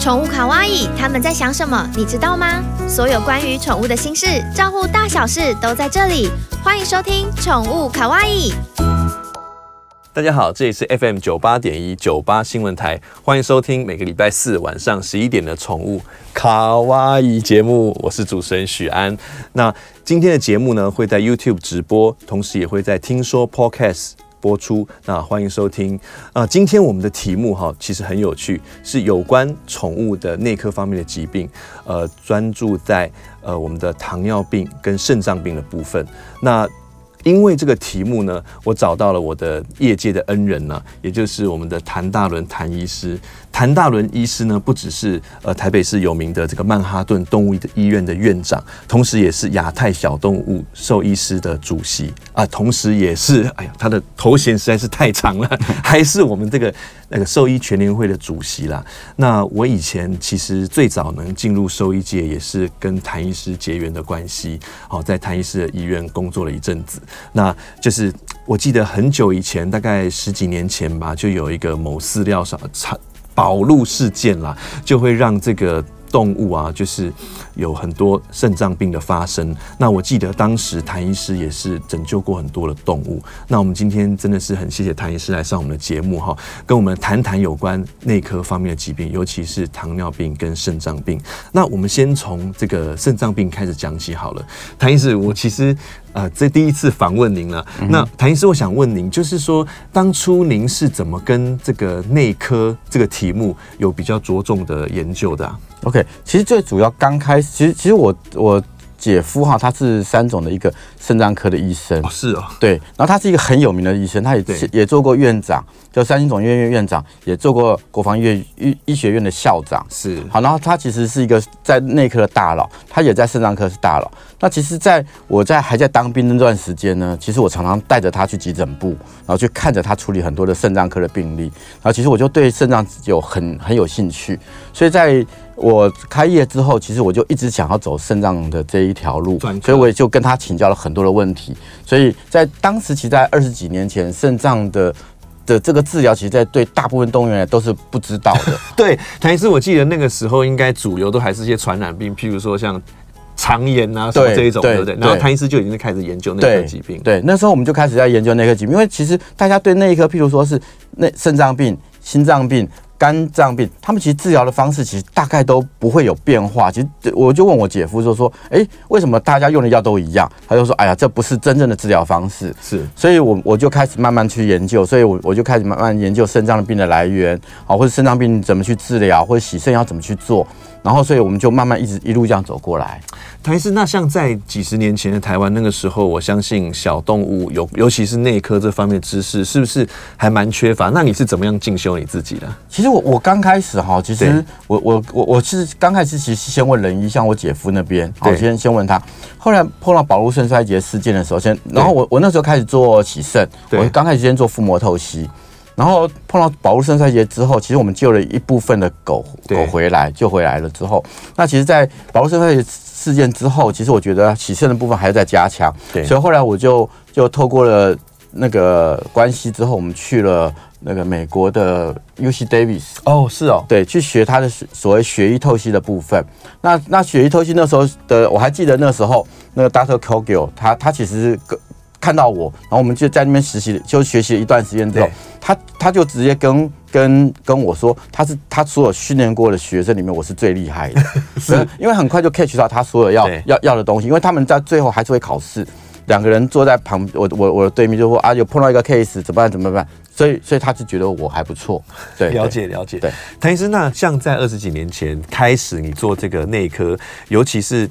宠物卡哇伊，他们在想什么，你知道吗？所有关于宠物的心事、照顾大小事都在这里，欢迎收听《宠物卡哇伊》。大家好，这里是 FM 九八点一九八新闻台，欢迎收听每个礼拜四晚上十一点的宠物卡哇伊节目，我是主持人许安。那今天的节目呢，会在 YouTube 直播，同时也会在听说 Podcast。播出，那欢迎收听。啊、今天我们的题目哈，其实很有趣，是有关宠物的内科方面的疾病，呃，专注在呃我们的糖尿病跟肾脏病的部分。那因为这个题目呢，我找到了我的业界的恩人呢、也就是我们的谭大伦谭医师。谭大伦医师呢，不只是呃台北市有名的这个曼哈顿动物医院的院长，同时也是亚太小动物兽医师的主席啊，同时也是哎呀，他的头衔实在是太长了，还是我们这个那个兽医全联会的主席啦。那我以前其实最早能进入兽医界，也是跟谭医师结缘的关系。好、在谭医师的医院工作了一阵子，那就是我记得很久以前，大概十几年前吧，就有一个某饲料厂厂保路事件啦，就会让这个动物啊，就是有很多肾脏病的发生。那我记得当时谭医师也是拯救过很多的动物。那我们今天真的是很谢谢谭医师来上我们的节目哈，跟我们谈谈有关内科方面的疾病，尤其是糖尿病跟肾脏病。那我们先从这个肾脏病开始讲起好了。谭医师，我其实呃，这第一次访问您了。那谭医师，我想问您，就是说当初您是怎么跟这个内科这个题目有比较着重的研究的、啊？ OK，其实最主要刚开始，其实其实我我姐夫哈，他是三种的一个肾脏科的医生，哦，是哦，对，然后他是一个很有名的医生，他也对也做过院长，就三星总医院院长，也做过国防医院医医学院的校长。是好，然后他其实是一个在内科的大佬，他也在肾脏科是大佬。那其实，在我在还在当兵那段时间呢，其实我常常带着他去急诊部，然后去看着他处理很多的肾脏科的病例。然后其实我就对肾脏有很很有兴趣，所以在我开业之后，其实我就一直想要走肾脏的这一条路专，科所以我也就跟他请教了很多的问题。所以在当时，其实在二十几年前，肾脏的的这个治疗，其实在对大部分动物园来都是不知道的。对，谭医师，我记得那个时候应该主流都还是一些传染病，譬如说像肠炎啊什么对这一种，对对不对？对然后谭医师就已经开始研究内科疾病，对，那时候我们就开始在研究内科疾病，因为其实大家对内科，譬如说是内肾脏病、心脏病。肝脏病，他们其实治疗的方式其实大概都不会有变化。其实我就问我姐夫说说，哎、为什么大家用的药都一样？他就说，哎呀，这不是真正的治疗方式。是所以我我就开始慢慢去研究，所以我我就开始慢慢研究肾脏病的来源，啊，或者肾脏病怎么去治疗，或者洗肾要怎么去做。然后，所以我们就慢慢一直一路这样走过来。谭医师，那像在几十年前的台湾那个时候，我相信小动物有，尤其是内科这方面的知识，是不是还蛮缺乏？那你是怎么样进修你自己的？其实我我刚开始哈，其对实我我我我是刚开始其实先问仁医，像我姐夫那边，好对先先问他。后来碰到保路肾衰竭事件的时候，先，然后我我那时候开始做洗肾，对我刚开始先做腹膜透析，然后碰到保路肾衰竭之后，其实我们救了一部分的狗对狗回来，救回来了之后，那其实，在保路肾衰竭事件之后，其实我觉得洗肾的部分还要再加强，对所以后来我就就透过了那个关系之后，我们去了那个美国的 UC Davis，哦，是哦，对，去学他的所所谓血液透析的部分。那那血液透析那时候的，我还记得那时候那个 Dr. Kogel，他他其实是个看到我，然后我们就在那边实习，就学习了一段时间之后对，他他就直接跟跟跟我说，他是他所有训练过的学生里面，我是最厉害 的，是因为很快就 catch 到他所有要对要要的东西，因为他们在最后还是会考试。两个人坐在旁，我我我的对面就说啊，有碰到一个 case 怎么办怎么办？所以所以他就觉得我还不错，对，了对解了解。对，谭医师，那像在二十几年前开始你做这个内科，尤其是。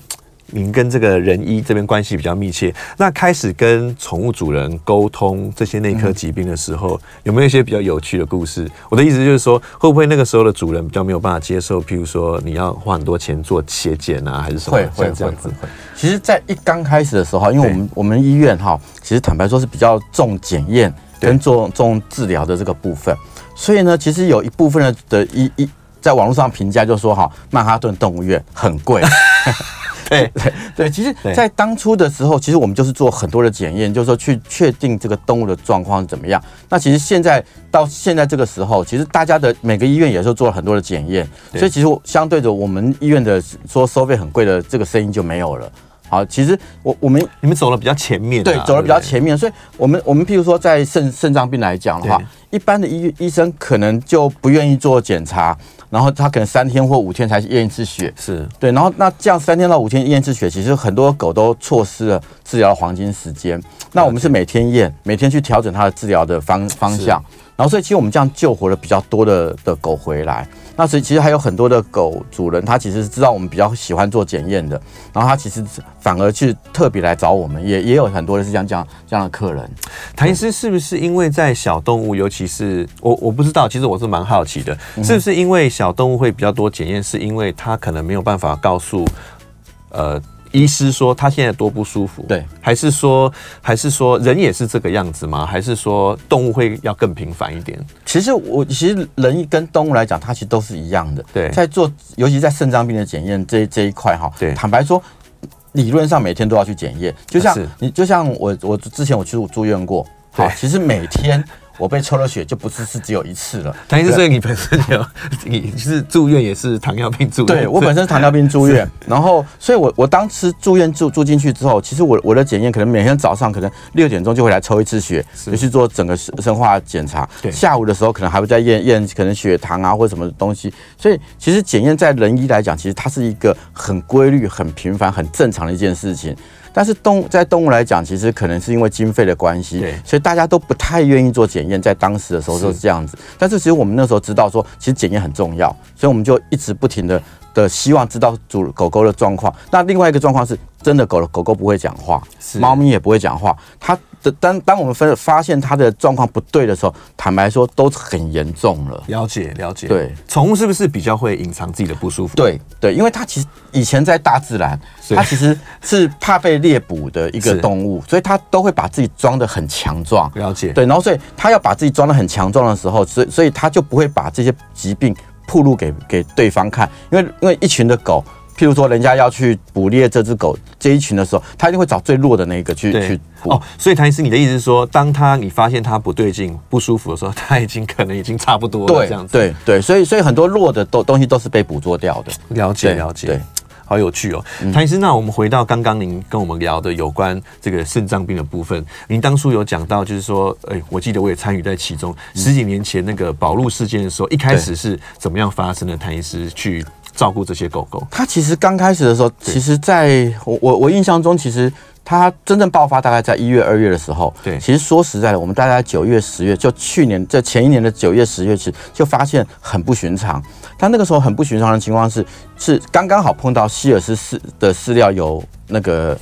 您跟这个人医这边关系比较密切，那开始跟宠物主人沟通这些内科疾病的时候，有没有一些比较有趣的故事？我的意思就是说，会不会那个时候的主人比较没有办法接受，譬如说你要花很多钱做血检啊，还是什么？会会像这样会子会其实，在一刚开始的时候，因为我们我们医院哈，其实坦白说是比较重检验跟重重治疗的这个部分，所以呢，其实有一部分的的一一在网络上评价就说哈，曼哈顿动物园很贵。对对对，其实对，在当初的时候，其实我们就是做很多的检验，就是说去确定这个动物的状况是怎么样。那其实现在到现在这个时候，其实大家的每个医院也是做了很多的检验，对所以其实我相对着我们医院的说收费很贵的这个声音就没有了。好，其实我我们你们走了比较前面啊、对，走的比较不前面，所以我们我们譬如说在肾肾脏病来讲的话对，一般的医医生可能就不愿意做检查，然后他可能三天或五天才验一次血，是对，然后那这样三天到五天验一次血，其实很多狗都错失了治疗的黄金时间。那我们是每天验，每天去调整它的治疗的方方向，然后所以其实我们这样救活了比较多的的狗回来。那所以其实还有很多的狗主人，他其实是知道我们比较喜欢做检验的，然后他其实反而去特别来找我们，也也有很多的是像这样这样的客人。嗯谭医师是不是因为在小动物，尤其是我我不知道，其实我是蛮好嗯奇的，是不是因为小动物会比较多检验，是因为它可能没有办法告诉呃医师说它现在多不舒服？对，还是说还是说人也是这个样子吗？还是说动物会要更频繁一点？其实我其实人跟动物来讲，它其实都是一样的。对在做尤其在肾脏病的检验这这一块哈，对坦白说，理论上每天都要去检验，就像是你就像我我之前我去住院过，好，对其实每天我被抽了血就不是是只有一次了。谭医师，所以你本身有你是住院也是糖尿病住院？对我本身是糖尿病住院，然后所以我我当时住院住住进去之后，其实我我的检验可能每天早上可能六点钟就会来抽一次血，就去做整个生生化检查对。下午的时候可能还会再验验可能血糖啊或什么东西。所以其实检验在人医来讲，其实它是一个很规律、很频繁、很正常的一件事情。但是动在动物来讲，其实可能是因为经费的关系对，所以大家都不太愿意做检验，在当时的时候就是这样子。但是其实我们那时候知道说，其实检验很重要，所以我们就一直不停的的希望知道主狗狗的状况。那另外一个状况是真的狗狗狗不会讲话，猫咪也不会讲话。它的当当我们分发现它的状况不对的时候，坦白说都很严重了。了解了解。对，宠物是不是比较会隐藏自己的不舒服？对对，因为它其实以前在大自然，它其实是怕被猎捕的一个是动物，所以它都会把自己装得很强壮。了解。对，然后所以他要把自己装得很强壮的时候，所以所以他就不会把这些疾病暴露给给对方看，因为因为一群的狗，譬如说人家要去捕猎这只狗这一群的时候，他一定会找最弱的那个去对去捕。哦，所以谭医师，你的意思是说，当他你发现他不对劲、不舒服的时候，他已经可能已经差不多了，对这样子。对对，所以所以很多弱的东东西都是被捕捉掉的。了解对了解对，嗯好有趣哦，谭医师。那我们回到刚刚您跟我们聊的有关这个肾脏病的部分，您当初有讲到，就是说，哎、我记得我也参与在其中，嗯十几年前那个保路事件的时候，一开始是怎么样发生的？谭医师去照顾这些狗狗，他其实刚开始的时候，其实在我我我印象中，其实他真正爆发大概在一月、二月的时候。对其实说实在的，我们大概九月、十月，就去年这前一年的九月、十月，其实就发现很不寻常。但那个时候很不寻常的情况是，是刚刚好碰到希尔斯饲的饲料有那个。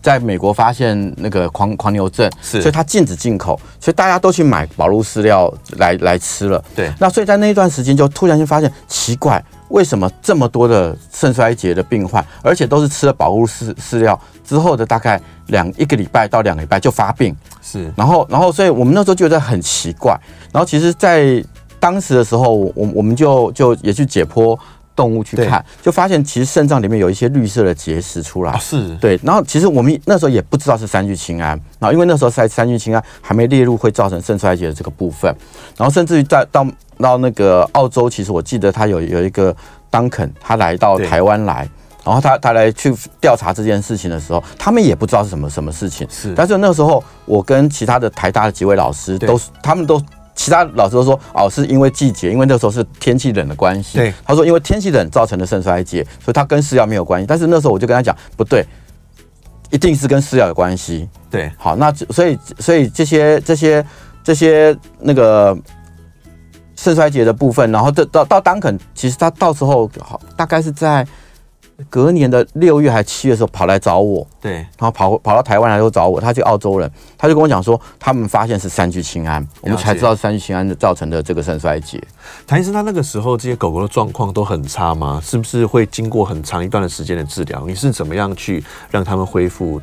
在美国发现那个狂狂牛症，是所以它禁止进口，所以大家都去买保路饲料来来吃了。对那所以在那一段时间就突然就发现奇怪，为什么这么多的肾衰竭的病患，而且都是吃了保护饲饲料之后的大概两一个礼拜到两个礼拜就发病，是然后然后所以我们那时候觉得很奇怪，然后其实，在当时的时候，我我我们就就也去解剖动物去看，就发现其实肾脏里面有一些绿色的结石出来啊，是，对，然后其实我们那时候也不知道是三聚氰胺，然后因为那时候在三聚氰胺还没列入会造成肾衰竭的这个部分，然后甚至于在到到那个澳洲，其实我记得他有有一个当肯，他来到对台湾来。然后他他来去调查这件事情的时候，他们也不知道是什么什么事情。是但是那时候我跟其他的台大的几位老师对都是，他们都其他老师都说哦，是因为季节，因为那时候是天气冷的关系。对，他说因为天气冷造成的肾衰竭，所以它跟饲料没有关系。但是那时候我就跟他讲，不对，一定是跟饲料有关系。对，好，那这所以所以这些这些这些那个肾衰竭的部分，然后这到到当肯，其实他到时候好大概是在隔年的六月还七月的时候跑来找我，对，然后跑跑到台湾来又找我，他去澳洲人，他就跟我讲说，他们发现是三聚氰胺，我们才知道是三聚氰胺的造成的这个肾衰竭。谭医生，他那个时候这些狗狗的状况都很差吗？是不是会经过很长一段的时间的治疗？你是怎么样去让他们恢复？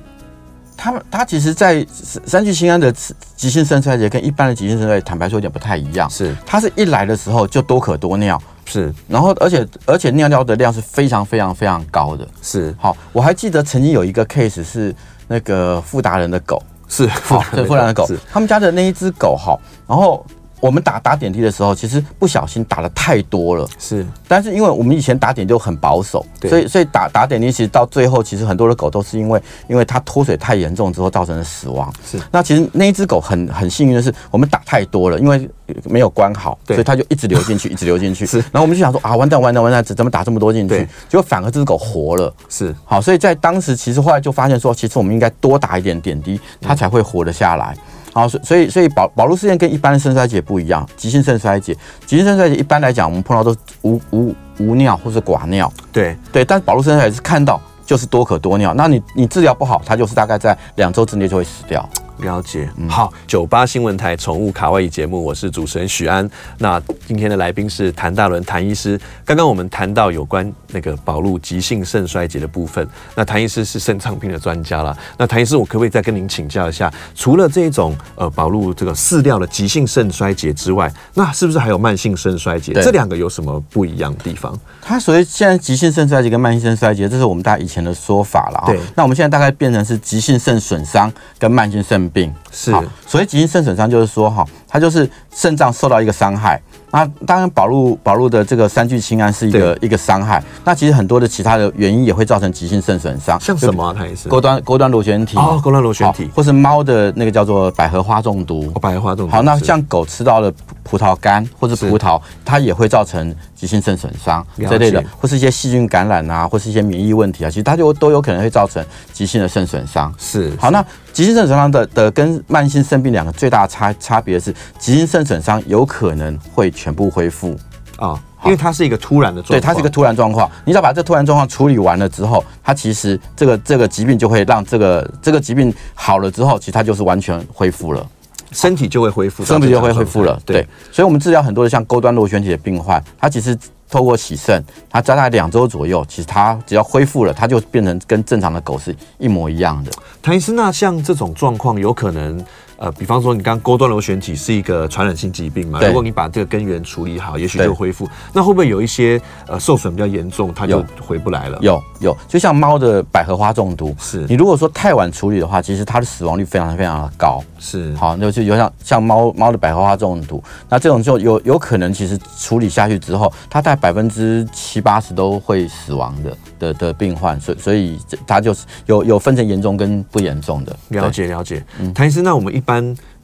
他们他其实，在三聚氰胺的急性肾衰竭跟一般的急性肾衰竭，坦白说有点不太一样。是它是一来的时候就多可多尿，是然后而且而且尿尿的量是非常非常非常高的。是好，我还记得曾经有一个 case 是那个富达人的狗，是，好，对，富达人的狗是，他们家的那一只狗好，然后我们打打点滴的时候，其实不小心打的太多了，是但是因为我们以前打点就很保守，对所以所以打打点滴其实到最后，其实很多的狗都是因为因为它脱水太严重之后造成的死亡。是那其实那一只狗很很幸运的是，我们打太多了，因为没有关好，对所以它就一直流进去，一直流进去。 是然后我们就想说啊，完蛋完蛋完蛋，怎么打这么多进去对？结果反而这只狗活了。是好，所以在当时其实后来就发现说，其实我们应该多打一点点滴，它才会活得下来。好，所所以所以保保路事件跟一般的肾衰竭不一样，急性肾衰竭，急性肾衰竭一般来讲我们碰到都是无无无尿或是寡尿，对对，但保路肾衰竭是看到就是多可多尿，那你你治疗不好，它就是大概在两周之内就会死掉。了解，嗯好，九八新闻台宠物卡哇伊节目，我是主持人许安。那今天的来宾是谭大伦谭医师。刚刚我们谈到有关那个保路急性肾衰竭的部分，那谭医师是肾脏病的专家啦。那谭医师，我可不可以再跟您请教一下？除了这种呃保路这个饲料的急性肾衰竭之外，那是不是还有慢性肾衰竭？对这两个有什么不一样的地方？它所谓现在急性肾衰竭跟慢性肾衰竭，这是我们大家以前的说法了啊。对那我们现在大概变成是急性肾损伤跟慢性肾病。是好所以急性肾损伤就是说哈，它就是肾脏受到一个伤害。那当然，保路保路的这个三聚氰胺是一个一个伤害。那其实很多的其他的原因也会造成急性肾损伤，像什么、啊，谭医师？就钩端钩端螺旋体哦，勾乱螺旋体好，或是猫的那个叫做百合花中毒。哦白花这种。好，那像狗吃到了葡萄干或是葡萄，它也会造成急性肾损伤了解这类的，或是一些细菌感染啊，或是一些免疫问题啊，其实它就都有可能会造成急性的肾损伤。是好，那急性肾损伤的的跟慢性肾病两个最大的差差别是，急性肾损伤有可能会全部恢复，啊、因为它是一个突然的状况，对，它是一个突然状况。你只要把这突然状况处理完了之后，它其实这个这个疾病就会让这个这个疾病好了之后，其实它就是完全恢复了。身体就会恢复，生不就会恢复了。对，，所以我们治疗很多的像钩端螺旋体的病患，他其实透过洗肾，他大概两周左右，其实他只要恢复了，他就变成跟正常的狗是一模一样的。谭医师，那像这种状况有可能。呃，比方说你刚刚钩端螺旋体是一个传染性疾病嘛，对如果你把这个根源处理好，也许对就恢复。那会不会有一些呃受损比较严重，它就有回不来了？，有有，就像猫的百合花中毒，是你如果说太晚处理的话，其实它的死亡率非常非常的高。是好，那就有像像猫猫的百合花中毒，那这种就有有可能其实处理下去之后，它大概百分之七八十都会死亡的的的病患，所以所以这它就是有有分成严重跟不严重的。了解了解。嗯谭医师，那我们一般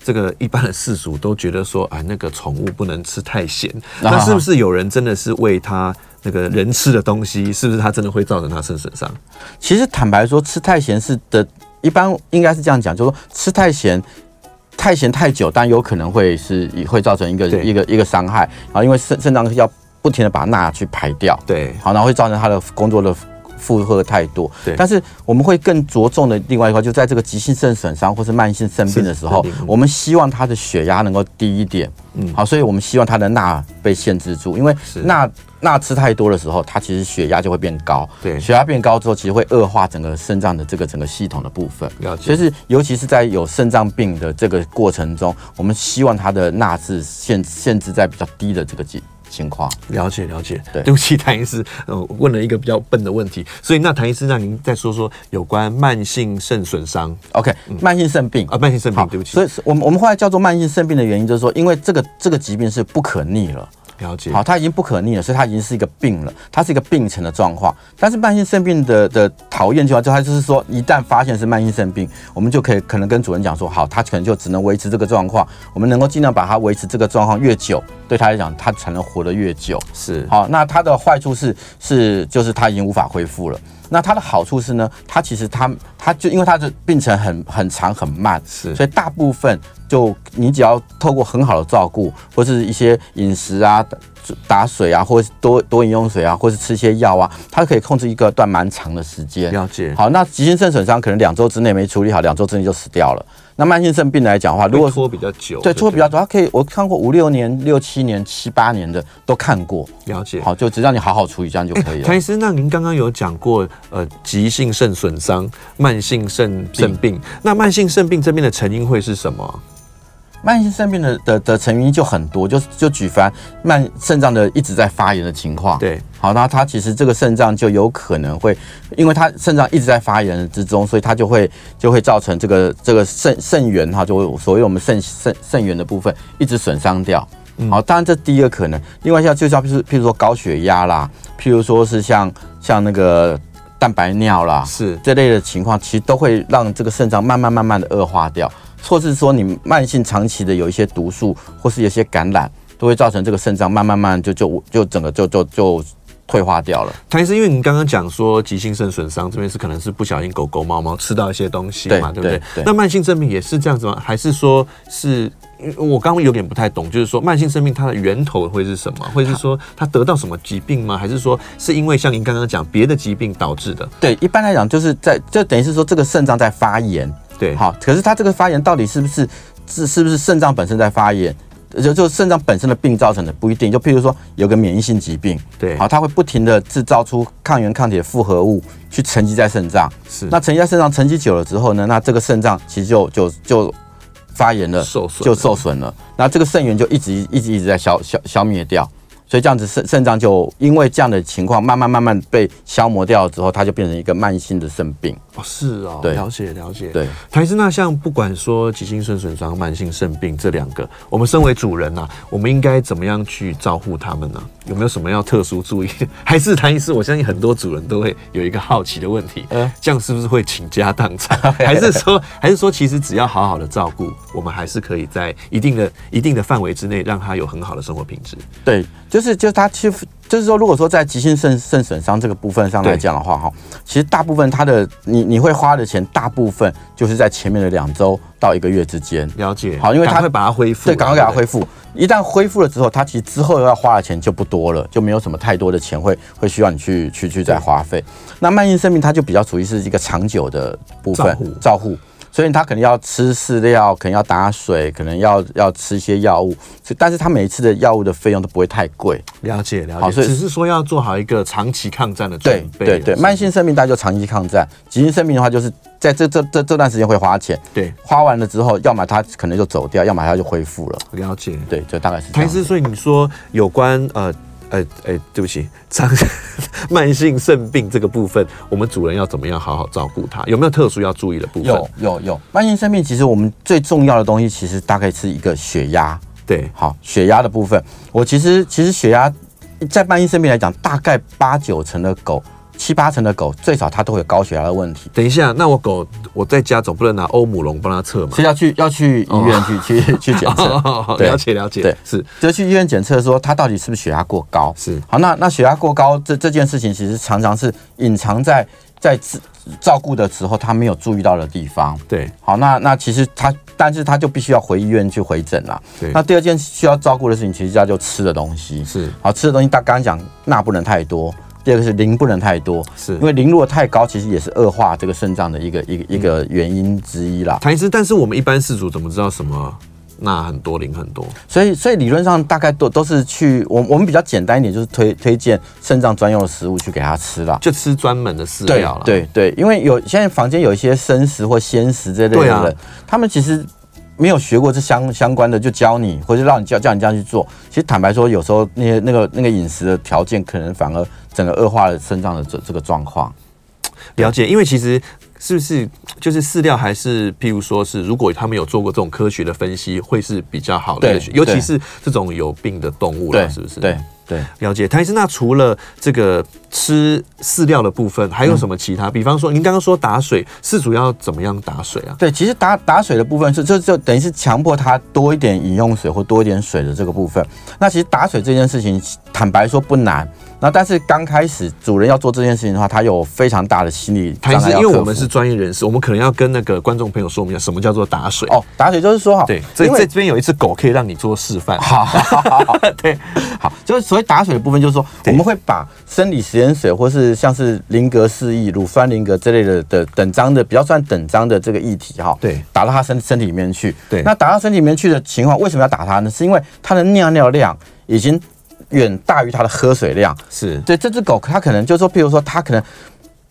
这个一般的世俗都觉得说，啊，那个宠物不能吃太咸，啊那是不是有人真的是喂它那个人吃的东西，是不是它真的会造成它肾损伤？其实坦白说，吃太咸是的，一般应该是这样讲，就是说吃太咸。太咸太久，但有可能会是会造成一个对一个一个伤害，然后因为肾肾脏要不停的把钠去排掉，对，好，然后会造成他的工作的负荷太多。对但是我们会更着重的另外一块，就在这个急性肾损伤或是慢性肾病的时候是是嗯，我们希望他的血压能够低一点。嗯好，所以我们希望他的钠被限制住，因为是钠钠吃太多的时候，它其实血压就会变高。对血压变高之后，其实会恶化整个肾脏的这个整个系统的部分。了解所以是尤其是在有肾脏病的这个过程中，我们希望它的钠是限限制在比较低的这个情情况。了解了解，对对不起， 谭医师，呃，问了一个比较笨的问题，所以那谭医师，那您再说说有关慢性肾损伤 OK，慢性肾病啊，慢性肾好，病，对不起，所以是我们我们后来叫做慢性肾病的原因，就是说，因为这个这个疾病是不可逆了，了解，好，，它已经不可逆了，所以它已经是一个病了，它是一个病程的状况。但是慢性肾病的的讨厌情况，就它就是说，一旦发现是慢性肾病，我们就可以可能跟主人讲说，好，它可能就只能维持这个状况，我们能够尽量把它维持这个状况越久，对它来讲，它才能活得越久。是好，那它的坏处是是就是它已经无法恢复了。那它的好处是呢，它其实它它就因为它的病程很很长很慢，是所以大部分就你只要透过很好的照顾或是一些饮食啊、打水啊，或是多多饮用水啊，或是吃一些药啊，它可以控制一个段蛮长的时间。了解好，那急性肾损伤可能两周之内没处理好，两周之内就死掉了。那慢性肾病来讲的话，如如果果拖比较久，对拖比较了久，它可以我看过五六年、六七年、七八年的都看过。了解。哎好，就只要你好好处理，这样就 可以啊了。谭医师，那您刚刚有讲过，呃，急性肾损伤、慢性肾肾病，那慢性肾病这边的成因会是什么啊？慢性肾病的的的成因就很多，就就举凡慢肾脏的一直在发炎的情况。对，好，那它其实这个肾脏就有可能会，因为它肾脏一直在发炎之中，所以它就会就会造成这个这个肾肾源哈，就会所谓我们肾肾肾源的部分一直损伤掉。好，当然这第一个可能，另外像就像譬如譬如说高血压啦，譬如说是像像那个蛋白尿啦，是这类的情况，其实都会让这个肾脏慢慢慢慢的恶化掉，或是说你慢性长期的有一些毒素，或是有一些感染，都会造成这个肾脏慢慢慢就就就整个就就就退化掉了。谭医师，因为你刚刚讲说急性肾损伤这边是可能是不小心狗狗、猫猫吃到一些东西嘛，对不对对对对那慢性肾病也是这样子吗？还是说是？因为我刚刚有点不太懂，就是说慢性肾病它的源头会是什么？会是说它得到什么疾病吗？还是说是因为像您刚刚讲别的疾病导致的？对，一般来讲就是在就等于是说这个肾脏在发炎，对，，好，可是它这个发炎到底是不是是是不是肾脏本身在发炎？就就肾脏本身的病造成的不一定，就譬如说有个免疫性疾病，对好，它会不停的制造出抗原抗体的复合物去沉积在肾脏，是那沉积在肾脏沉积久了之后呢，那这个肾脏其实就就就发炎了，受损了就受损了，那这个肾源就一直一直一直在消消消灭掉，所以这样子肾肾脏就因为这样的情况慢慢慢慢被消磨掉了之后，它就变成一个慢性的肾病，哦，是哦，对了解了解。对，台斯那像不管说急性肾损伤、慢性肾病这两个，我们身为主人呐、啊我们应该怎么样去照顾他们呢、有没有什么要特殊注意？ 还是谭医师，我相信很多主人都会有一个好奇的问题，嗯这样是不是会倾家荡 产？还是说，还是说，其实只要好好的照顾，我们还是可以在一定的一定的范围之内，让他有很好的生活品质。对，就是就是它其实就是说，如果说在急性肾肾损伤这个部分上来对讲的话，哈，其实大部分它的你你会花的钱，大部分就是在前面的两周到一个月之间。了解，好因为他赶快把它恢复，对，赶快给它对不对恢复。一旦恢复了之后，它其实之后要花的钱就不多了，就没有什么太多的钱会会需要你去去去再花费。那慢性生病它就比较属于是一个长久的部照分护照护，所以它可能要吃饲料，可能要打水，可能要要吃一些药物，所以但是它每一次的药物的费用都不会太贵。了解了好解，所以只是说要做好一个长期抗战的对准备。对对，啊是慢性生病大家就长期抗战，急性生病的话就是在这这这这段时间会花钱，对花完了之后，要么它可能就走掉，要么它就恢复了。了解。对，就大概是这台样师，子。所以你说有关呃呃呃，对不起，长慢性肾病这个部分，我们主人要怎么样好好照顾它？有没有特殊要注意的部分？有，有有，慢性生病其实我们最重要的东西，其实大概是一个血压。对，好，血压的部分，我其实其实血压在慢性生病来讲，大概八九成的狗，七八成的狗最少它都会有高血压的问题。等一下，那我狗我在家总不能拿欧姆龙帮它测嘛，所？以要去要去医院去、去去检测 对哦了解了解，对是就去医院检测说他到底是不是血压过高。是好，那那血压过高这这件事情，其实常常是隐藏在在自照顾的时候他没有注意到的地方。对好，那那其实他，但是他就必须要回医院去回诊啦。对那第二件需要照顾的事情，其实叫做吃的东西。是好吃的东西，大刚刚讲钠不能太多，第二个是磷不能太多，是嗯因为磷如果太高，其实也是恶化这个肾脏的一个一个一个原因之一啦。谭医师，但是我们一般事主怎么知道什么钠很多磷很多？所以，所以理论上大概都都是去我我们比较简单一点，就是推推荐肾脏专用的食物去给他吃啦。就吃专门的饲对料了。对对，因为有现在房间有一些生食或鲜食这类的对人，啊他们其实没有学过这相相关的，就教你或者让你叫叫你这样去做。其实坦白说，有时候那些那个那个饮食的条件，可能反而整个恶化了肾脏的这这个状况。了解，因为其实是不是就是饲料还是，譬如说是，如果他们有做过这种科学的分析，会是比较好的对一个选，尤其对是这种有病的动物对，了，是不是？对，对。了解。谭医生，那除了这个吃饲料的部分，还嗯有什么其他？比方说，您刚刚说打水，饲主要怎么样打水啊？对，其实打打水的部分是就就等于是强迫他多一点饮用水或多一点水的这个部分。那其实打水这件事情，坦白说不难，那但是刚开始主人要做这件事情的话，他有非常大的心理障还碍是因要为克我们服是专业人士，我们可能要跟那个观众朋友说明一下什么叫做打水。哦，打水就是说哈，对，所以因这为这边有一只狗可以让你做示范。好好好好 对，好，就是所谓打水的部分，就是说对我们会把生理食盐水或是像是林格释液、乳酸林格之类的的等张的比较算等张的这个液体哈，对打到他身身体里面去。对那打到身体里面去的情况，为什么要打它呢？是因为它的尿尿量已经远大于它的喝水量，是对这只狗，它可能就是说，譬如说，它可能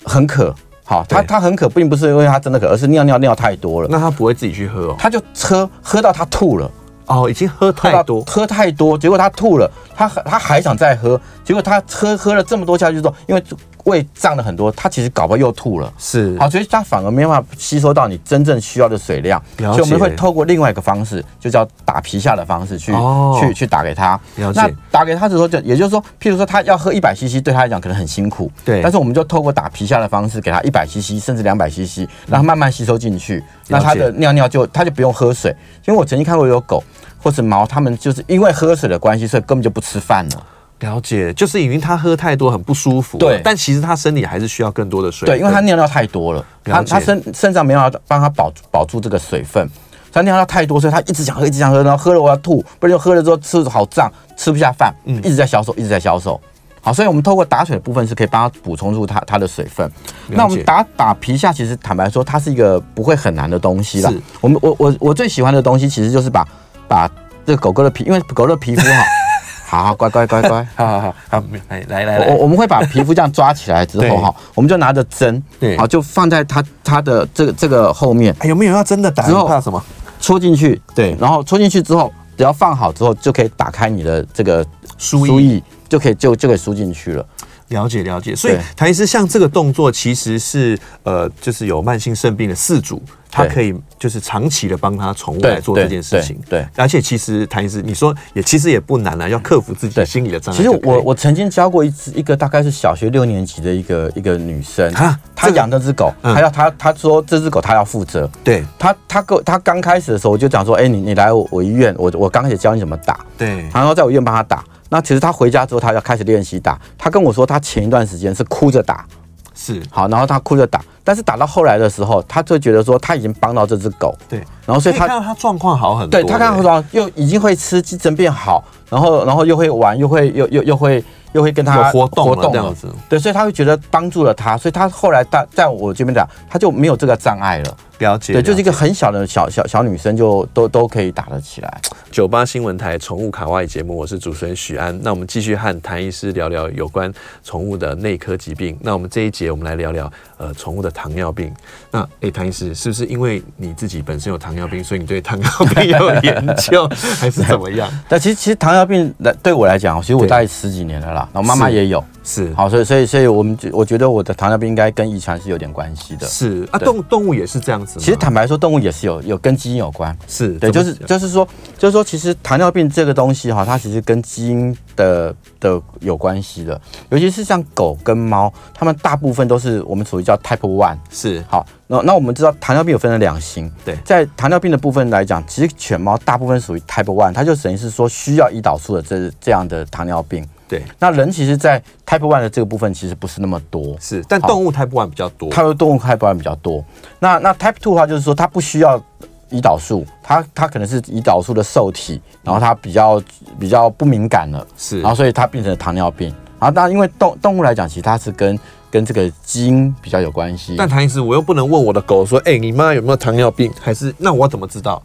很渴，好，它对它很渴，并不是因为它真的渴，而是尿尿尿太多了，那它不会自己去喝哦。它就喝喝到它吐了，哦，已经喝喝太到多，喝太多，结果它吐了，它还它还想再喝，结果它喝喝了这么多下去之后，因为胃胀了很多，它其实搞不好又吐了。是好，所以它反而没办法吸收到你真正需要的水量，了解所以我们会透过另外一个方式，就叫打皮下的方式去、哦去去打给它。了解那打给它的时候就，也就是说，譬如说它要喝一百 CC，对它来讲可能很辛苦，对但是我们就透过打皮下的方式，给它一百 CC 甚至两百 CC，让它嗯慢慢吸收进去，那它的尿尿就它就不用喝水。因为我曾经看过有狗或是猫，它们就是因为喝水的关系，所以根本就不吃饭了。了解，就是因为它喝太多很不舒服。对但其实它身体还是需要更多的水。对，因为它尿尿太多了，它了解它身肾脏没办法帮它保保住这个水分，它尿尿太多，所以它一直想喝，一直想喝，然后喝了我要吐，不然就喝了之后吃好胀，吃不下饭，嗯一直在消瘦，一直在消瘦。好，所以我们透过打水的部分是可以帮它补充住它它的水分。那我们打打皮下，其实坦白说，它是一个不会很难的东西啦是。我们我我我最喜欢的东西，其实就是把把这个狗狗的皮，因为狗狗的皮肤 哈，好好乖乖乖乖，好好好好，没来来来我来，我们会把皮肤这样抓起来之对后哈，我们就拿着针，对好就放在它它的这个这个后面哎有没有要真的打？之后你怕什么？戳进去，对然后戳进去之后，只要放好之后就可以打开你的这个输输液，就可以就就可以输进去了。了解了解，所以对谭医师像这个动作其实是呃，就是有慢性肾病的饲主，他对可以就是长期的帮他宠物对来做对这件事情。对对而且其实谭医师你说也其实也不难啊，要克服自己心理的障碍其就实可以。我我曾经教过一只一个大概是小学六年级的一个一个女生啊，她这个养那只狗，嗯她要她她说这只狗她要负责，对她她跟我她刚开始的时候我就讲说，哎、你你来我我医院，我我刚开始教你怎么打，对然后在我医院帮他打。那其实他回家之后，他要开始练习打。他跟我说，他前一段时间是哭着打，是，好，然后他哭着打，但是打到后来的时候，他就觉得说他已经帮到这只狗，对，然后所所以以看他到他状况好很多。欸对他看到对说又已经会吃，精神变好，然后然后又会玩，又会又又又会又会跟有他活动了这样子，对，所以他会觉得帮助了他，所以他后来在在我这边打，他就没有这个障碍了。了解，对，就是了一个很小的小小小女生就都都可以打得起来。九八新闻台宠物卡哇伊节目，我是主持人许安。那我们继续和谭医师聊聊有关宠物的内科疾病。那我们这一节我们来聊聊呃宠物的糖尿病。那诶，谭、医师是不是因为你自己本身有糖尿病，所以你对糖尿病有研 究，还是怎么样？但其实其实糖尿病来对我来讲，其实我对大概十几年了啦，然后妈妈是也有，是好，所以所以所以我们觉我觉得我的糖尿病应该跟遗传是有点关系的。是啊，对动动物也是这样子吗。其实坦白说，动物也是有有跟基因有关，是对，怎就么是讲就是说就是说，其实糖尿病这个东西哈，它其实跟基因的的有关系的，尤其是像狗跟猫，它们大部分都是我们属于叫 Type One。是好，那那我们知道糖尿病有分成两型，对在糖尿病的部分来讲，其实犬猫大部分属于 Type One，它就等于是说需要胰岛素的这这样的糖尿病。对那人其实，在 Type One 的这个部分其实不是那么多，是，但好动物 Type One 比较多。它的动物 Type One 比较多。那那 Type Two 的话，就是说它不需要胰岛素，它它可能是胰岛素的受体，然后它比较比较不敏感了，是然后所以它变成了糖尿病。然后当然，因为动动物来讲，其实它是跟跟这个基因比较有关系。但谭医师，我又不能问我的狗说，哎、你妈有没有糖尿病？还是那我怎么知道？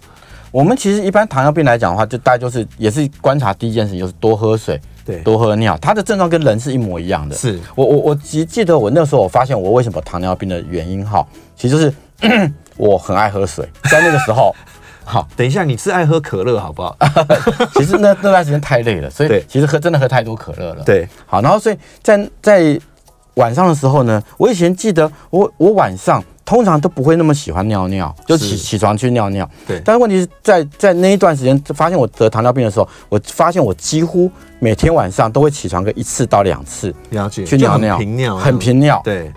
我们其实一般糖尿病来讲的话，就大概就是也是观察第一件事情，就是多喝水，对多喝尿，它的症状跟人是一模一样的。是我我我记记得我那时候我发现我为什么糖尿病的原因哈，其实就是 我很爱喝水，在那个时候。好，等一下，你是爱喝可乐好不好？啊其实那那段时间太累了，所对以其实喝真的喝太多可乐了。对，好，然后所以在在晚上的时候呢，我以前记得我我晚上通常都不会那么喜欢尿尿，就起是起床去尿尿。对但是问题是在在那一段时间发现我得糖尿病的时候，我发现我几乎每天晚上都会起床个一次到两次了解，去就尿尿，很平尿，很平尿，对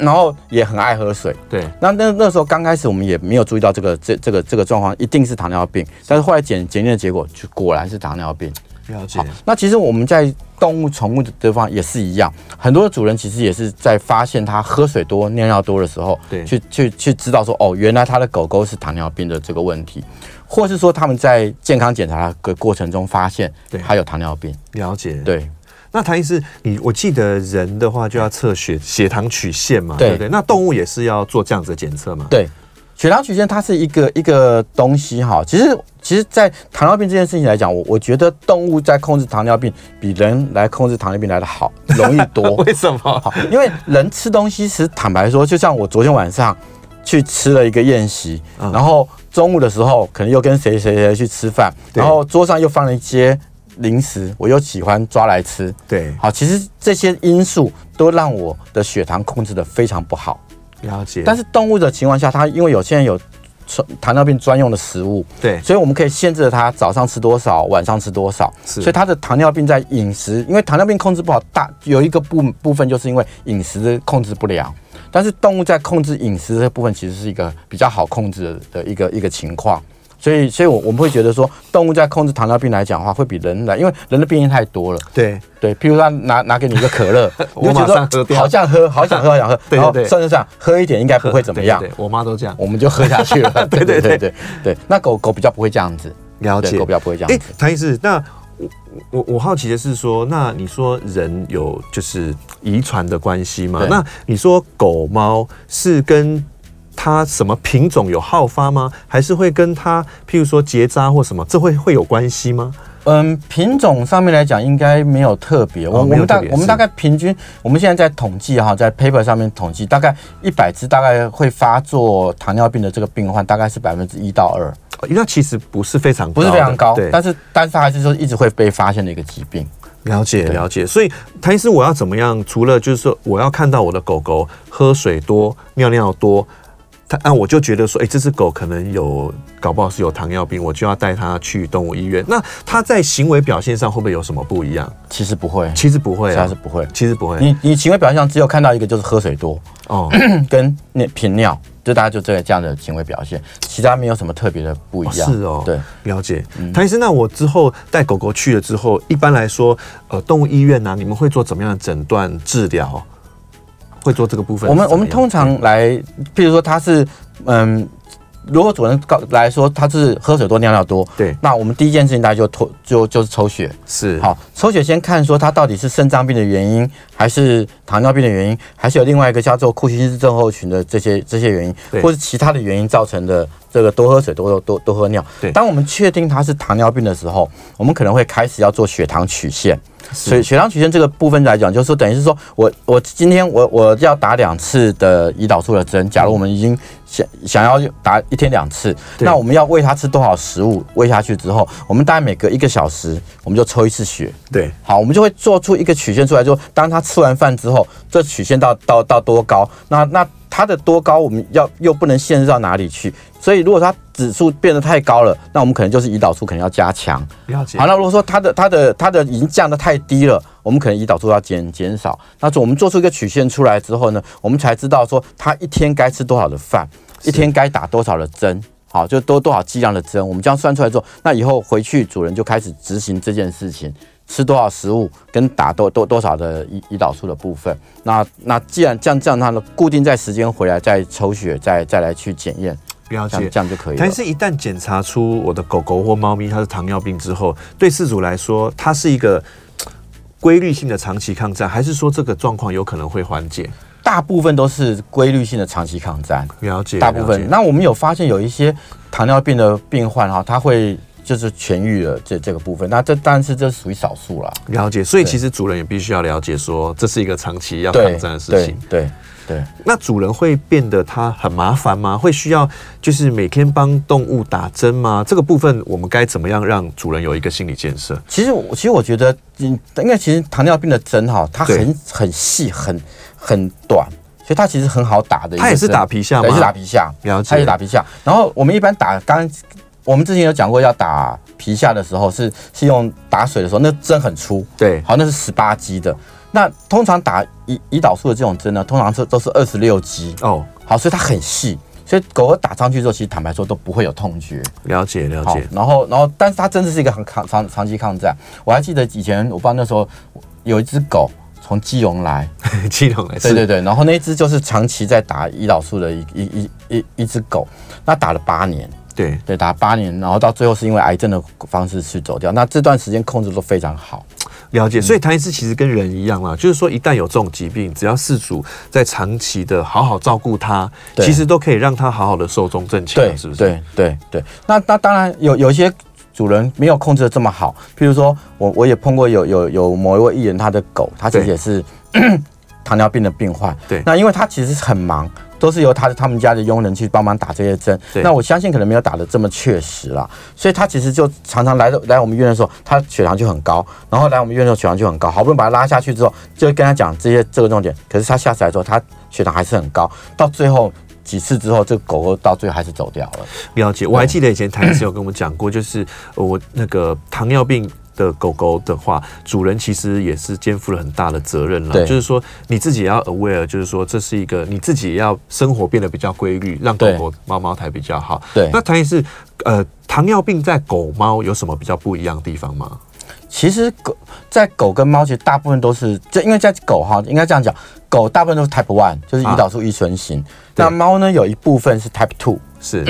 然后也很爱喝水。对，那那那时候刚开始我们也没有注意到这个这这个这个状况一定是糖尿病，但是后来检检验的结果就果然是糖尿病。了解好，那其实我们在动物宠物的地方也是一样，很多主人其实也是在发现它喝水多、尿尿多的时候，对去去去知道说，哦，原来他的狗狗是糖尿病的这个问题，或是说他们在健康检查的过程中发现对它有糖尿病，了解。，对，那谭医师，你我记得人的话就要测血血糖曲线嘛，对对不对？那动物也是要做这样子的检测嘛？对，血糖曲线它是一个一个东西哈。其实，其实，在糖尿病这件事情来讲，我我觉得动物在控制糖尿病比人来控制糖尿病来的好，容易 。多为什么？好，因为人吃东西时，坦白说，就像我昨天晚上去吃了一个宴席，嗯然后中午的时候可能又跟谁谁谁去吃饭，对然后桌上又放了一些零食，我又喜欢抓来吃。对，好，其实这些因素都让我的血糖控制的非常不好。了解。但是动物的情况下，它因为有些人有专糖尿病专用的食物，对所以我们可以限制了它早上吃多少，晚上吃多少。是所以它的糖尿病在饮食，因为糖尿病控制不好，大有一个部部分就是因为饮食的控制不良。但是动物在控制饮食这部分，其实是一个比较好控制的一个一个情况。所以，所以我我们会觉得说，动物在控制糖尿病来讲的话，会比人来，因为人的病因太多了。对对，譬如他拿拿给你一个可乐， 我你就觉马上得喝掉好想喝，好想喝，好想喝，对对然后对算算算，喝一点应该不会怎么样对，对对我妈都这样。我们就喝下去了。对对对啊 对对，那狗狗比较不会这样子，了解对，狗比较不会这样哎子。，谭医师，那我我我好奇的是说，那你说人有就是遗传的关系嘛？对那你说狗猫是跟它什么品种有好发吗？还是会跟它譬如说结扎或什么，这会会有关系吗？嗯，品种上面来讲应该没有特别，我哦我没有们大特别我们是大概平均，我们现在在统计哈，在 paper 上面统计，大概一百只大概会发作糖尿病的这个病患，大概是百分之一到二，哦因为它其实不是非常不是非常的高对，，但是但是它还是说一直会被发现的一个疾病。了解对了解。所以谭医师，我要怎么样？除了就是说我要看到我的狗狗喝水多、尿尿多。它啊，我就觉得说，哎、这只狗可能有，搞不好是有糖尿病，我就要带它去动物医院。那它在行为表现上会不会有什么不一样？其实不会，嗯其实不会嗯其啊实，不会。其实不会。你你行为表现上只有看到一个就是喝水多，哦， 跟那频尿，就大家就这个这样的行为表现，其他没有什么特别的不一样。是哦，对，，了解。谭医师，那我之后呃带狗狗去了之后，一般来说，呃，动物医院呢、你们会做怎么样的诊断治疗？会做这个部分我是怎么样？们我们通常来，譬如说他是嗯，如果主人告来说他是喝水多尿尿多，对那我们第一件事情大家就抽就就是抽血，是好，抽血先看说它到底是肾脏病的原因，还是糖尿病的原因，还是有另外一个叫做库欣氏症候群的这些这些原因对，或是其他的原因造成的这个多喝水、多多多喝尿对。当我们确定它是糖尿病的时候，我们可能会开始要做血糖曲线。所以血糖曲线这个部分来讲，就是说等于是说我我今天我我要打两次的胰岛素的针，假如我们已经想想要打一天两次，对那我们要喂它吃多少食物？喂下去之后，我们大概每隔一个小时，我们就抽一次血。对。好，我们就会做出一个曲线出来，就当他吃完饭之后，这曲线到到到多高？那那它的多高，我们要又不能限制到哪里去。所以如果它指数变得太高了，那我们可能就是胰岛素可能要加强。了解。好，那如果说它的它的它的已经降得太低了，我们可能胰岛素要减减少。那我们做出一个曲线出来之后呢，我们才知道说它一天该吃多少的饭，一天该打多少的针。好，就多多少剂量的针，我们这样算出来之后，那以后回去主人就开始执行这件事情，吃多少食物跟打多多多少的胰胰岛素的部分。那那既然这样这样，它的固定在时间回来再抽血，再再来去检验，了这解样这。样就可以了但。是，一旦检查出我的狗狗或猫咪它是糖尿病之后，对饲主来说，它是一个嘖规律性的长期抗战，还是说这个状况有可能会缓解？大部分都是规律性的长期抗战。了解，大部分。了那我们有发现有一些糖尿病的病患哈，他会就是痊愈了这这个部分，那这但是这属于少数啦。解了解，所以对其实主人也必须要了解说，这是一个长期要抗对战的事对情。对对，那主人会变得他很麻烦吗？会需要就是每天帮动物打针吗？这个部分我们该怎么样让主人有一个心理建设？其实我其实我觉得，嗯，因为其实糖尿病的针哈，它对很很细很很短。所以它其实很好打的一个针，它也是打皮下吗对是打皮下，了解它也打皮下。然后我们一般打，刚刚我们之前有讲过，要打皮下的时候是是用打水的时候，那针很粗，对好，那是十八级的。那通常打胰胰岛素的这种针呢，通常是都是二十六级。哦，好，所以它很细，所以狗狗打上去之后，其实坦白说都不会有痛觉。了解了好解，，然后然后，但是它真的是一个很抗长长期抗战。我还记得以前，我不知道那时候有一只狗从基隆来， 基隆来对对是对，然后那一只就是长期在打胰岛素的一一一一一只狗，那打了八年，对，对，打了八年，然后到最后是因为癌症的方式去走掉。那这段时间控制都非常好，了嗯解。所以唐医师其实跟人一样啦，就是说一旦有这种疾病，只要饲主在长期的好好照顾它，对其实都可以让它好好的寿终正寝啊对，了，是不是？对对对。那那当然有有一些主人没有控制的这么好，譬如说我我也碰过有有有某一位艺人，他的狗，他其实对也是糖尿病的病患。对那因为他其实很忙。都是由他他们家的佣人去帮忙打这些针，对那我相信可能没有打的这么确实啦，所以他其实就常常来来我们医院的时候，他血糖就很高，然后来我们医院的时候血糖就很高，好不容易把他拉下去之后，就跟他讲这些这个重点，可是他下次来之后，他血糖还是很高，到最后几次之后，这个狗狗到最后还是走掉了。了解，我还记得以前谭医师有跟我们讲过，就是呃我那个糖尿病。的狗狗的话，主人其实也是肩负了很大的责任了。对就是说你自己也要 aware，就是说这是一个你自己也要生活变得比较规律，让狗对狗、猫猫才比较好。对那谭医师，呃，糖尿病在狗猫有什么比较不一样的地方吗？其实狗在狗跟猫，其实大部分都是，就因为在狗哈，应该这样讲，狗大部分都是 Type One，就是啊胰岛素依存型。对那猫呢，有一部分是 Type Two，是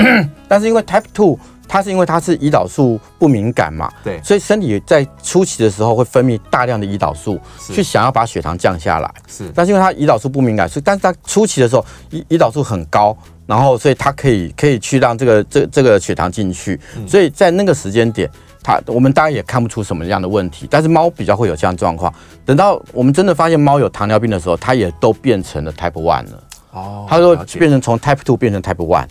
但是因为 Type Two，它是因为它是胰岛素不敏感嘛，对所以身体在初期的时候会分泌大量的胰岛素，是去想要把血糖降下来。是但是因为它胰岛素不敏感，所以但是它初期的时候胰胰岛素很高，然后所以它可以可以去让这个这这个血糖进去，嗯所以在那个时间点。它我们当然也看不出什么样的问题，但是猫比较会有这样的状况。等到我们真的发现猫有糖尿病的时候，它也都变成了 Type One 了，哦它都了解变成从 Type Two 变成 Type One，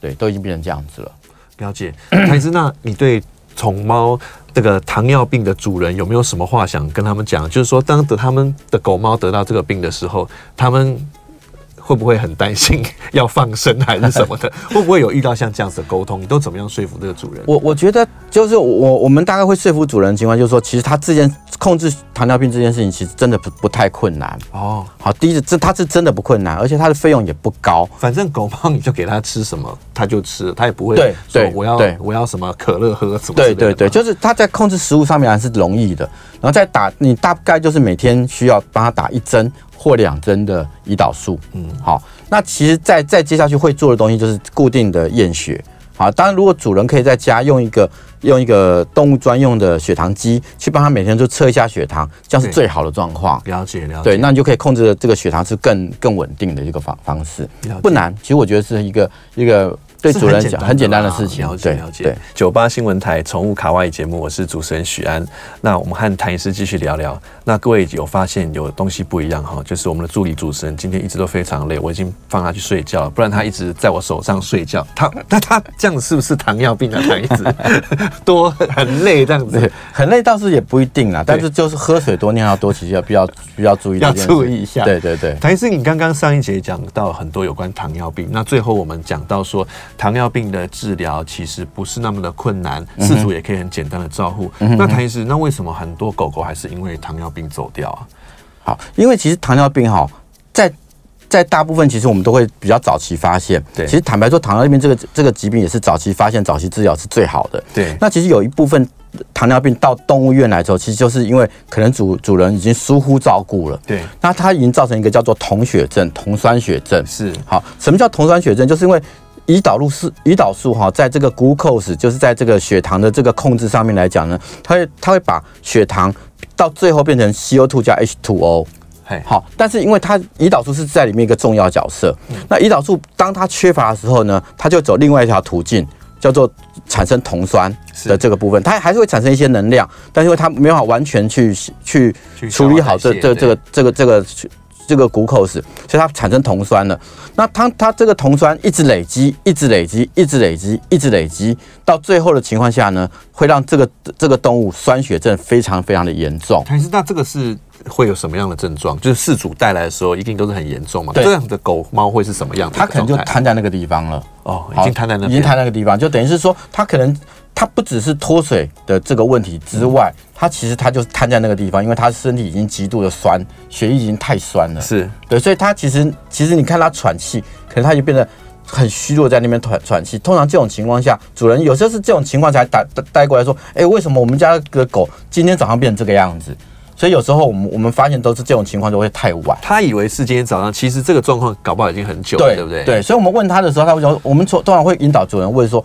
对，都已经变成这样子了。了解。谭医师，那你对宠猫这个糖尿病的主人有没有什么话想跟他们讲？就是说，当得他们的狗猫得到这个病的时候，他们会不会很担心 要放生还是什么 的？会不会有遇到像这样子的沟通？你都怎么样说服这个主人？我我觉得就是我我们大概会说服主人的情况，就是说其实他这件控制糖尿病这件事情，其实真的不不太困难。哦，好，第一是这它是真的不困难，而且它的费用也不高。反正狗猫你就给它吃什么，它就吃，它也不会对说对我要对我要什么可乐喝什么之对类的对对，嘛就是嗯它在控制食物上面还是容易的，然后再打你大概就是每天需要帮它打一针或两针的胰岛素。嗯，好，那其实再再接下去会做的东西就是固定的验血。好，当然如果主人可以在家用一个用一个动物专用的血糖机去帮它每天就测一下血糖，这样是对最好的状况。了解了解对，，那你就可以控制这个血糖是更更稳定的一个方方式了解，不难。其实我觉得是一个一个对是主人讲很简单的啦事情啊了，解对了解对。。九八新闻台宠物卡哇伊节目，我是主持人许安。那我们和谭医师继续聊聊。那各位有发现有东西不一样哈？就是我们的助理主持人今天一直都非常累，我已经放他去睡觉了，不然他一直在我手上睡觉。他 那他这样子是不是糖尿病啊？他一直 多很累这样子对，， 很累倒是也不一定啦，但是就是喝水多、尿多，其实要比较比较注意这要件事，注意一下。对对对，谭医师，你刚刚上一节讲到很多有关糖尿病，那最后我们讲到说，糖尿病的治疗其实不是那么的困难，嗯饲主也可以很简单的照顾。那谭医师，那为什么很多狗狗还是因为糖尿病走掉啊？好，因为其实糖尿病哈，在在大部分其实我们都会比较早期发现。对其实坦白说，糖尿病这个这个疾病也是早期发现、早期治疗是最好的。对那其实有一部分糖尿病到动物院来之后，其实就是因为可能主主人已经疏忽照顾了。对那它已经造成一个叫做酮血症、酮酸血症。是好，什么叫酮酸血症？就是因为胰岛素是胰岛素哈，在这个 glucose 就是在这个血糖的这个控制上面来讲呢，它会它会把血糖到最后变成 CO2 加 H2O。嘿，好，但是因为它胰岛素是在里面一个重要角色，那胰岛素当它缺乏的时候呢，它就走另外一条途径，叫做产生酮酸的这个部分，它还是会产生一些能量，但是因为它没有办法完全去去去处理好这消化代谢这这个这个这个这个骨口石，所以它产生酮酸了。那它它这个酮酸一直累积，一直累积，一直累积，一直累积，到最后的情况下呢，会让这个这个动物酸血症非常非常的严重。谭医师，那这个是会有什么样的症状？就是饲主带来的时候，一定都是很严重嘛？对这样的狗猫会是什么样的一它个可能状态？就瘫在那个地方了。哦，已好经瘫在那边，已经瘫在那个地方，就等于是说，它可能它不只是脱水的这个问题之嗯外，它其实它就是瘫在那个地方，因为它身体已经极度的酸，血液已经太酸了，是对，所以它其实其实你看它喘气，可能它就变得很虚弱在那边喘喘气。通常这种情况下，主人有时候是这种情况才打打带过来说，哎、为什么我们家的狗今天早上变成这个样子？所以有时候我们我们发现都是这种情况就会太晚。他以为是今天早上，其实这个状况搞不好已经很久了，对不对？对，所以我们问他的时候，他会说，我们通通常会引导主人问说。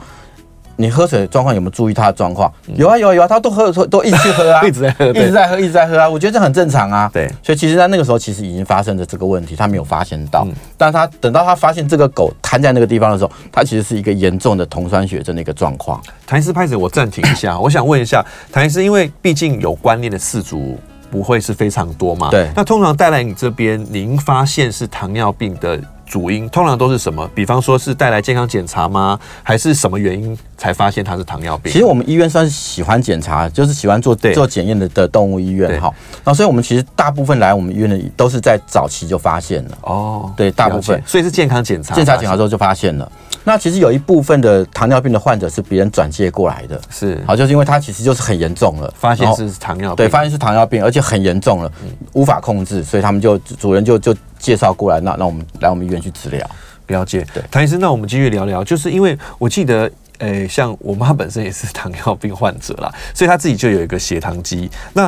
你喝水的状况有没有注意他的状况？有啊有啊有啊，他都喝都都一直去喝啊， 一直在喝一对直在喝，一直在喝啊。我觉得这很正常啊。对所以其实他那个时候其实已经发生了这个问题，他没有发现嗯到。但他等到他发现这个狗瘫在那个地方的时候，它其实是一个严重的酮酸血症的一个状况。谭医师拍子，我暂停一 下，我想问一下，谭医师，因为毕竟有观念的饲主不会是非常多嘛，对那通常带来你这边，您发现是糖尿病的主因，通常都是什么？比方说是带来健康检查吗？还是什么原因才发现它是糖尿病？其实我们医院算是喜欢检查，就是喜欢做对做检验的的动物医对院哈。那所以我们其实大部分来我们医院的都是在早期就发现了。哦，对大部分了解所以是健康检查，检查检查之后就发现了。那其实有一部分的糖尿病的患者是别人转介过来的，是好，就是因为他其实就是很严重了，发现然后是糖尿病，嗯对，发现是糖尿病，而且很严重了，无法控制，所以他们就主人就就介绍过来，那让我们来我们医院去治疗。了解对。谭医生，那我们继续聊聊，就是因为我记得。诶、像我妈本身也是糖尿病患者啦，所以她自己就有一个血糖机，那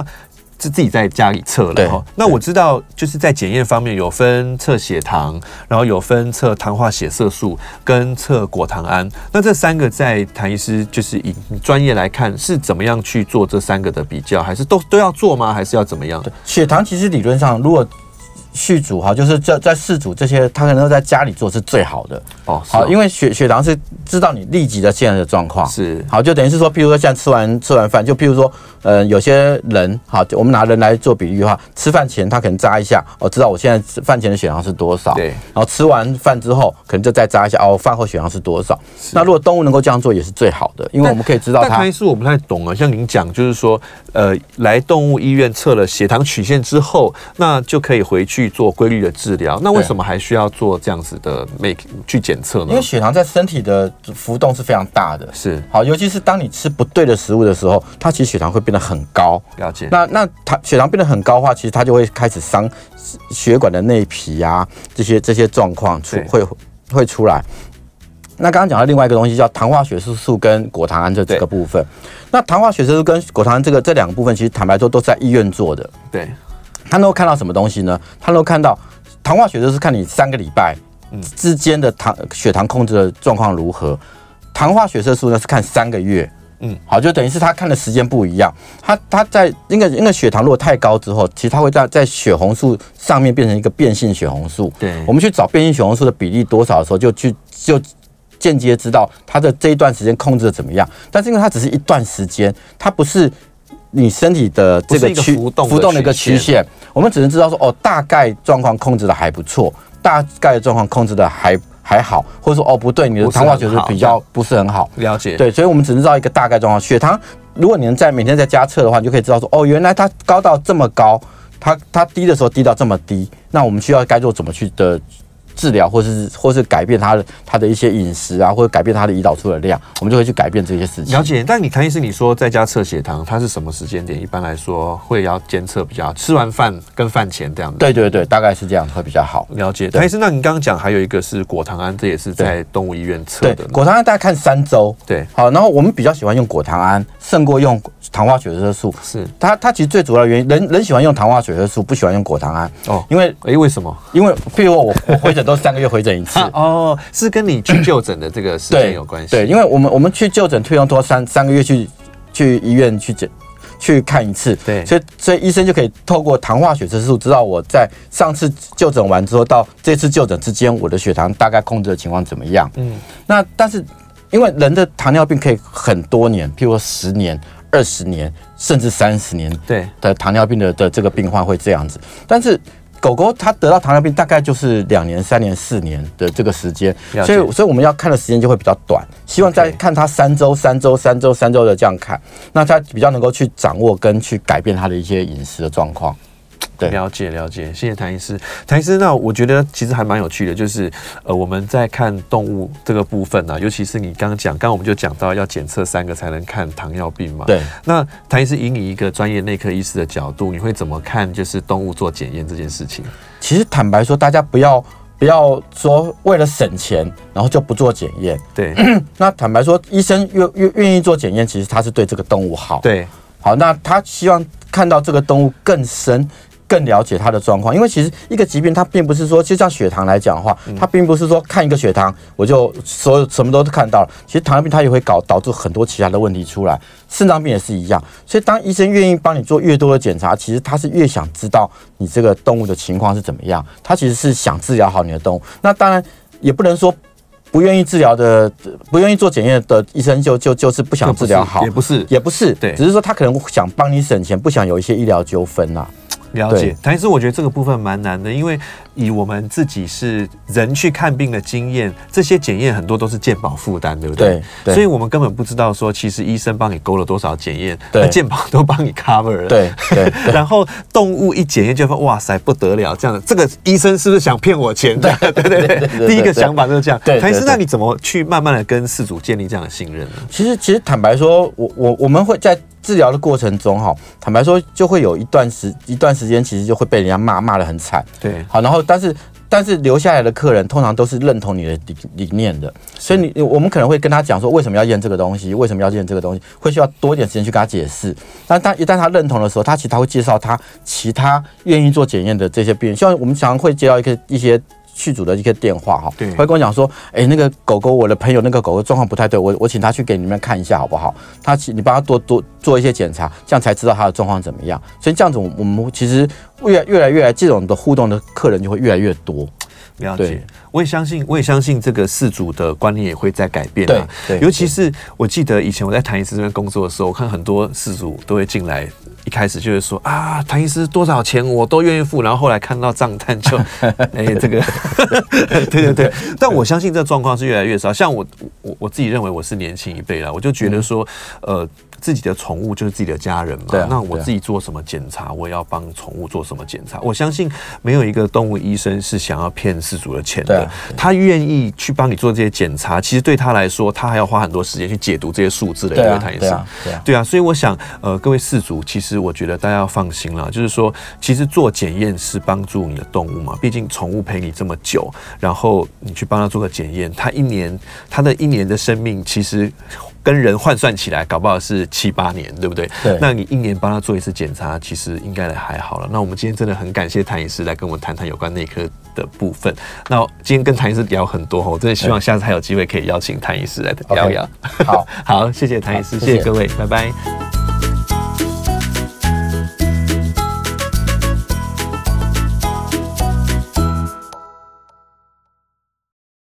是自己在家里测对了哈。那我知道就是在检验方面有分测血糖，然后有分测糖化血色素跟测果糖胺。那这三个在谭医师就是以专业来看是怎么样去做这三个的比较，还是都都要做吗？还是要怎么样？血糖其实理论上如果续主哈，就是在在事主这些，他可能都在家里做是最好的。哦，是哦好，因为血血糖是知道你立即的现在的状况，是好，就等于是说，譬如说像吃完吃完饭，就譬如说，呃，有些人，好，我们拿人来做比喻的话，吃饭前他可能扎一下，哦，知道我现在吃饭前的血糖是多少，对然后吃完饭之后，可能就再扎一下，哦，饭后血糖是多少。那如果动物能够这样做，也是最好的，因为我们可以知道但它开。始我不太懂啊，像您讲，就是说，呃，来动物医院测了血糖曲线之后，那就可以回去做规律的治疗。那为什么还需要做这样子的 make 去检测呢因为？血糖在身体的浮动是非常大的，是好，尤其是当你吃不对的食物的时候，它其实血糖会变得很高，了解，那那它血糖变得很高的话，其实它就会开始伤血管的内皮啊，这些这些状况出对会会出来。那刚刚讲到另外一个东西叫糖化血色素跟果糖胺这这对个部分。那糖化血色素跟果糖胺这个这两个部分，其实坦白说都是在医院做的。对，他能够看到什么东西呢？他能够看到糖化血色素，看你三个礼拜嗯之间的糖血糖控制的状况如何。糖化血色素呢是看三个月，嗯嗯，好，就等于是他看的时间不一样。他他在那个那个血糖如果太高之后，其实它会在在血红素上面变成一个变性血红素。对我们去找变性血红素的比例多少的时候，就去就间接知道它的这一段时间控制的怎么样。但是因为它只是一段时间，它不是你身体的这不是一个区浮动的浮动的一个曲曲线线，我们只能知道说哦，大概状况控制的还不错，大概状况控制的还还好，或者说哦不对，你的不是糖很化血素好比较不是很好。了解，，对，所以我们只能知道一个大概状况。血糖，如果你能在每天在家测的话，你就可以知道说，哦，原来它高到这么高，它它低的时候低到这么低，那我们需要该做怎么去的治疗，或是或是改变它的它的一些饮食啊，或者改变它的胰岛素的量，我们就会去改变这些事情了。解。但你谭医师，你说在家测血糖，它是什么时间点？一般来说会要监测比较好，吃完饭跟饭前这样子。对对对，大概是这样会比较好。了解，谭医师，那您刚刚讲还有一个是果糖胺，这也是在动物医院测对的，，果糖胺大概看三周。对好，然后我们比较喜欢用果糖胺，胜过用糖化血色素。是它它其实最主要的原因，人人喜欢用糖化血色素，不喜欢用果糖胺，哦，因为诶，为什么？因为譬如我我回诊都是三个月回诊一次。啊 哦，是跟你去就诊的这个时间有关系。对，因为我们我们去就诊退用多三三个月去去医院去检去看一次，对所以所以医生就可以透过糖化血色素知道我在上次就诊完之后到这次就诊之间我的血糖大概控制的情况怎么样。嗯，那但是因为人的糖尿病可以很多年，譬如说十年、二十年，甚至三十年，对的糖尿病的的这个病患会这样子，但是。狗狗它得到糖尿病大概就是两年、三年、四年的这个时间，了所解以所以我们要看的时间就会比较短，希望在 OK 看它三周、三周、三周、三周的这样看，那它比较能够去掌握跟去改变它的一些饮食的状况。对了解了解，谢谢谭医师。谭医师，那我觉得其实还蛮有趣的，就是呃我们在看动物这个部分呢、啊，尤其是你刚刚讲，刚刚我们就讲到要检测三个才能看糖尿病嘛。。对，那谭医师，以你一个专业内科医师的角度，你会怎么看就是动物做检验这件事情？其实坦白说，大家不要不要说为了省钱，然后就不做检验。 对那坦白说，医生愿愿愿意做检验，其实他是对这个动物好。，对好，那他希望看到这个动物更深。更了解它的状况，因为其实一个疾病，它并不是说，就像血糖来讲的话，它并不是说看一个血糖我就所有什么都看到了。其实糖尿病它也会搞导致很多其他的问题出来，肾脏病也是一样。所以当医生愿意帮你做越多的检查，其实他是越想知道你这个动物的情况是怎么样，他其实是想治疗好你的动物。那当然也不能说不愿意治疗的、不愿意做检验的医生就就就是不想治疗好，也不是也不是，对只是说他可能想帮你省钱，不想有一些医疗纠纷啦。了对解，但是我觉得这个部分蛮难的，因为以我们自己是人去看病的经验，这些检验很多都是健保负担，对不对？对对所以我们根本不知道说，其实医生帮你勾了多少检验，对那健保都帮你 cover 了。对 对然后动物一检验就发现，哇塞，不得了！这样的，这个医生是不是想骗我钱的？ 对对对对对第一个想法就是这样。对对对谭医师，那你怎么去慢慢的跟饲主建立这样的信任呢？其实，其实坦白说，我我我们会在治疗的过程中哈，坦白说就会有一段时一段时间，其实就会被人家骂骂得很惨。对好，然后但是但是留下来的客人通常都是认同你的理理念的，所以你我们可能会跟他讲说为什么要验这个东西，为什么要验这个东西，会需要多一点时间去跟他解释。但他一旦他认同的时候，他其实他会介绍他其他愿意做检验的这些病人，像我们常常会接到一个一些。剧组的一个电话哈，对会跟我讲说，哎、那个狗狗，我的朋友那个狗狗状况不太对，我我请他去给你们看一下好不好？他请你帮他多多做一些检查，这样才知道他的状况怎么样。所以这样子，我我们其实越越来越来这种的互动的客人就会越来越多。了解对，我也相信，我也相信这个事主的观念也会在改变啊。对对尤其是我记得以前我在谭医师这边工作的时候，我看很多事主都会进来，一开始就是说啊，谭医师多少钱我都愿意付，然后后来看到账单 就，哎、这个，对对对。但我相信这状况是越来越少。像我，我我自己认为我是年轻一辈了，我就觉得说，呃。自己的宠物就是自己的家人嘛，嗯对啊那我对啊自己做什么检查，我也要帮宠物做什么检查。我相信没有一个动物医生是想要骗事主的钱对的啊，他愿意去帮你做这些检查，其实对他来说，他还要花很多时间去解读这些数字的，对啊不谭医对生啊对啊对啊，所以我想，呃，各位饲主，其实我觉得大家要放心啦，就是说，其实做检验是帮助你的动物嘛，毕竟宠物陪你这么久，然后你去帮它做个检验，它一年，它的一年的生命其实。跟人换算起来，搞不好是七八年，对不对？对那你一年帮他做一次检查，其实应该还好了。那我们今天真的很感谢谭医师来跟我们谈谈有关内科的部分。那今天跟谭医师聊很多，我真的希望下次还有机会可以邀请谭医师来聊一聊。好， 好，谢谢谭医师，谢好谢谢谢各位，拜拜。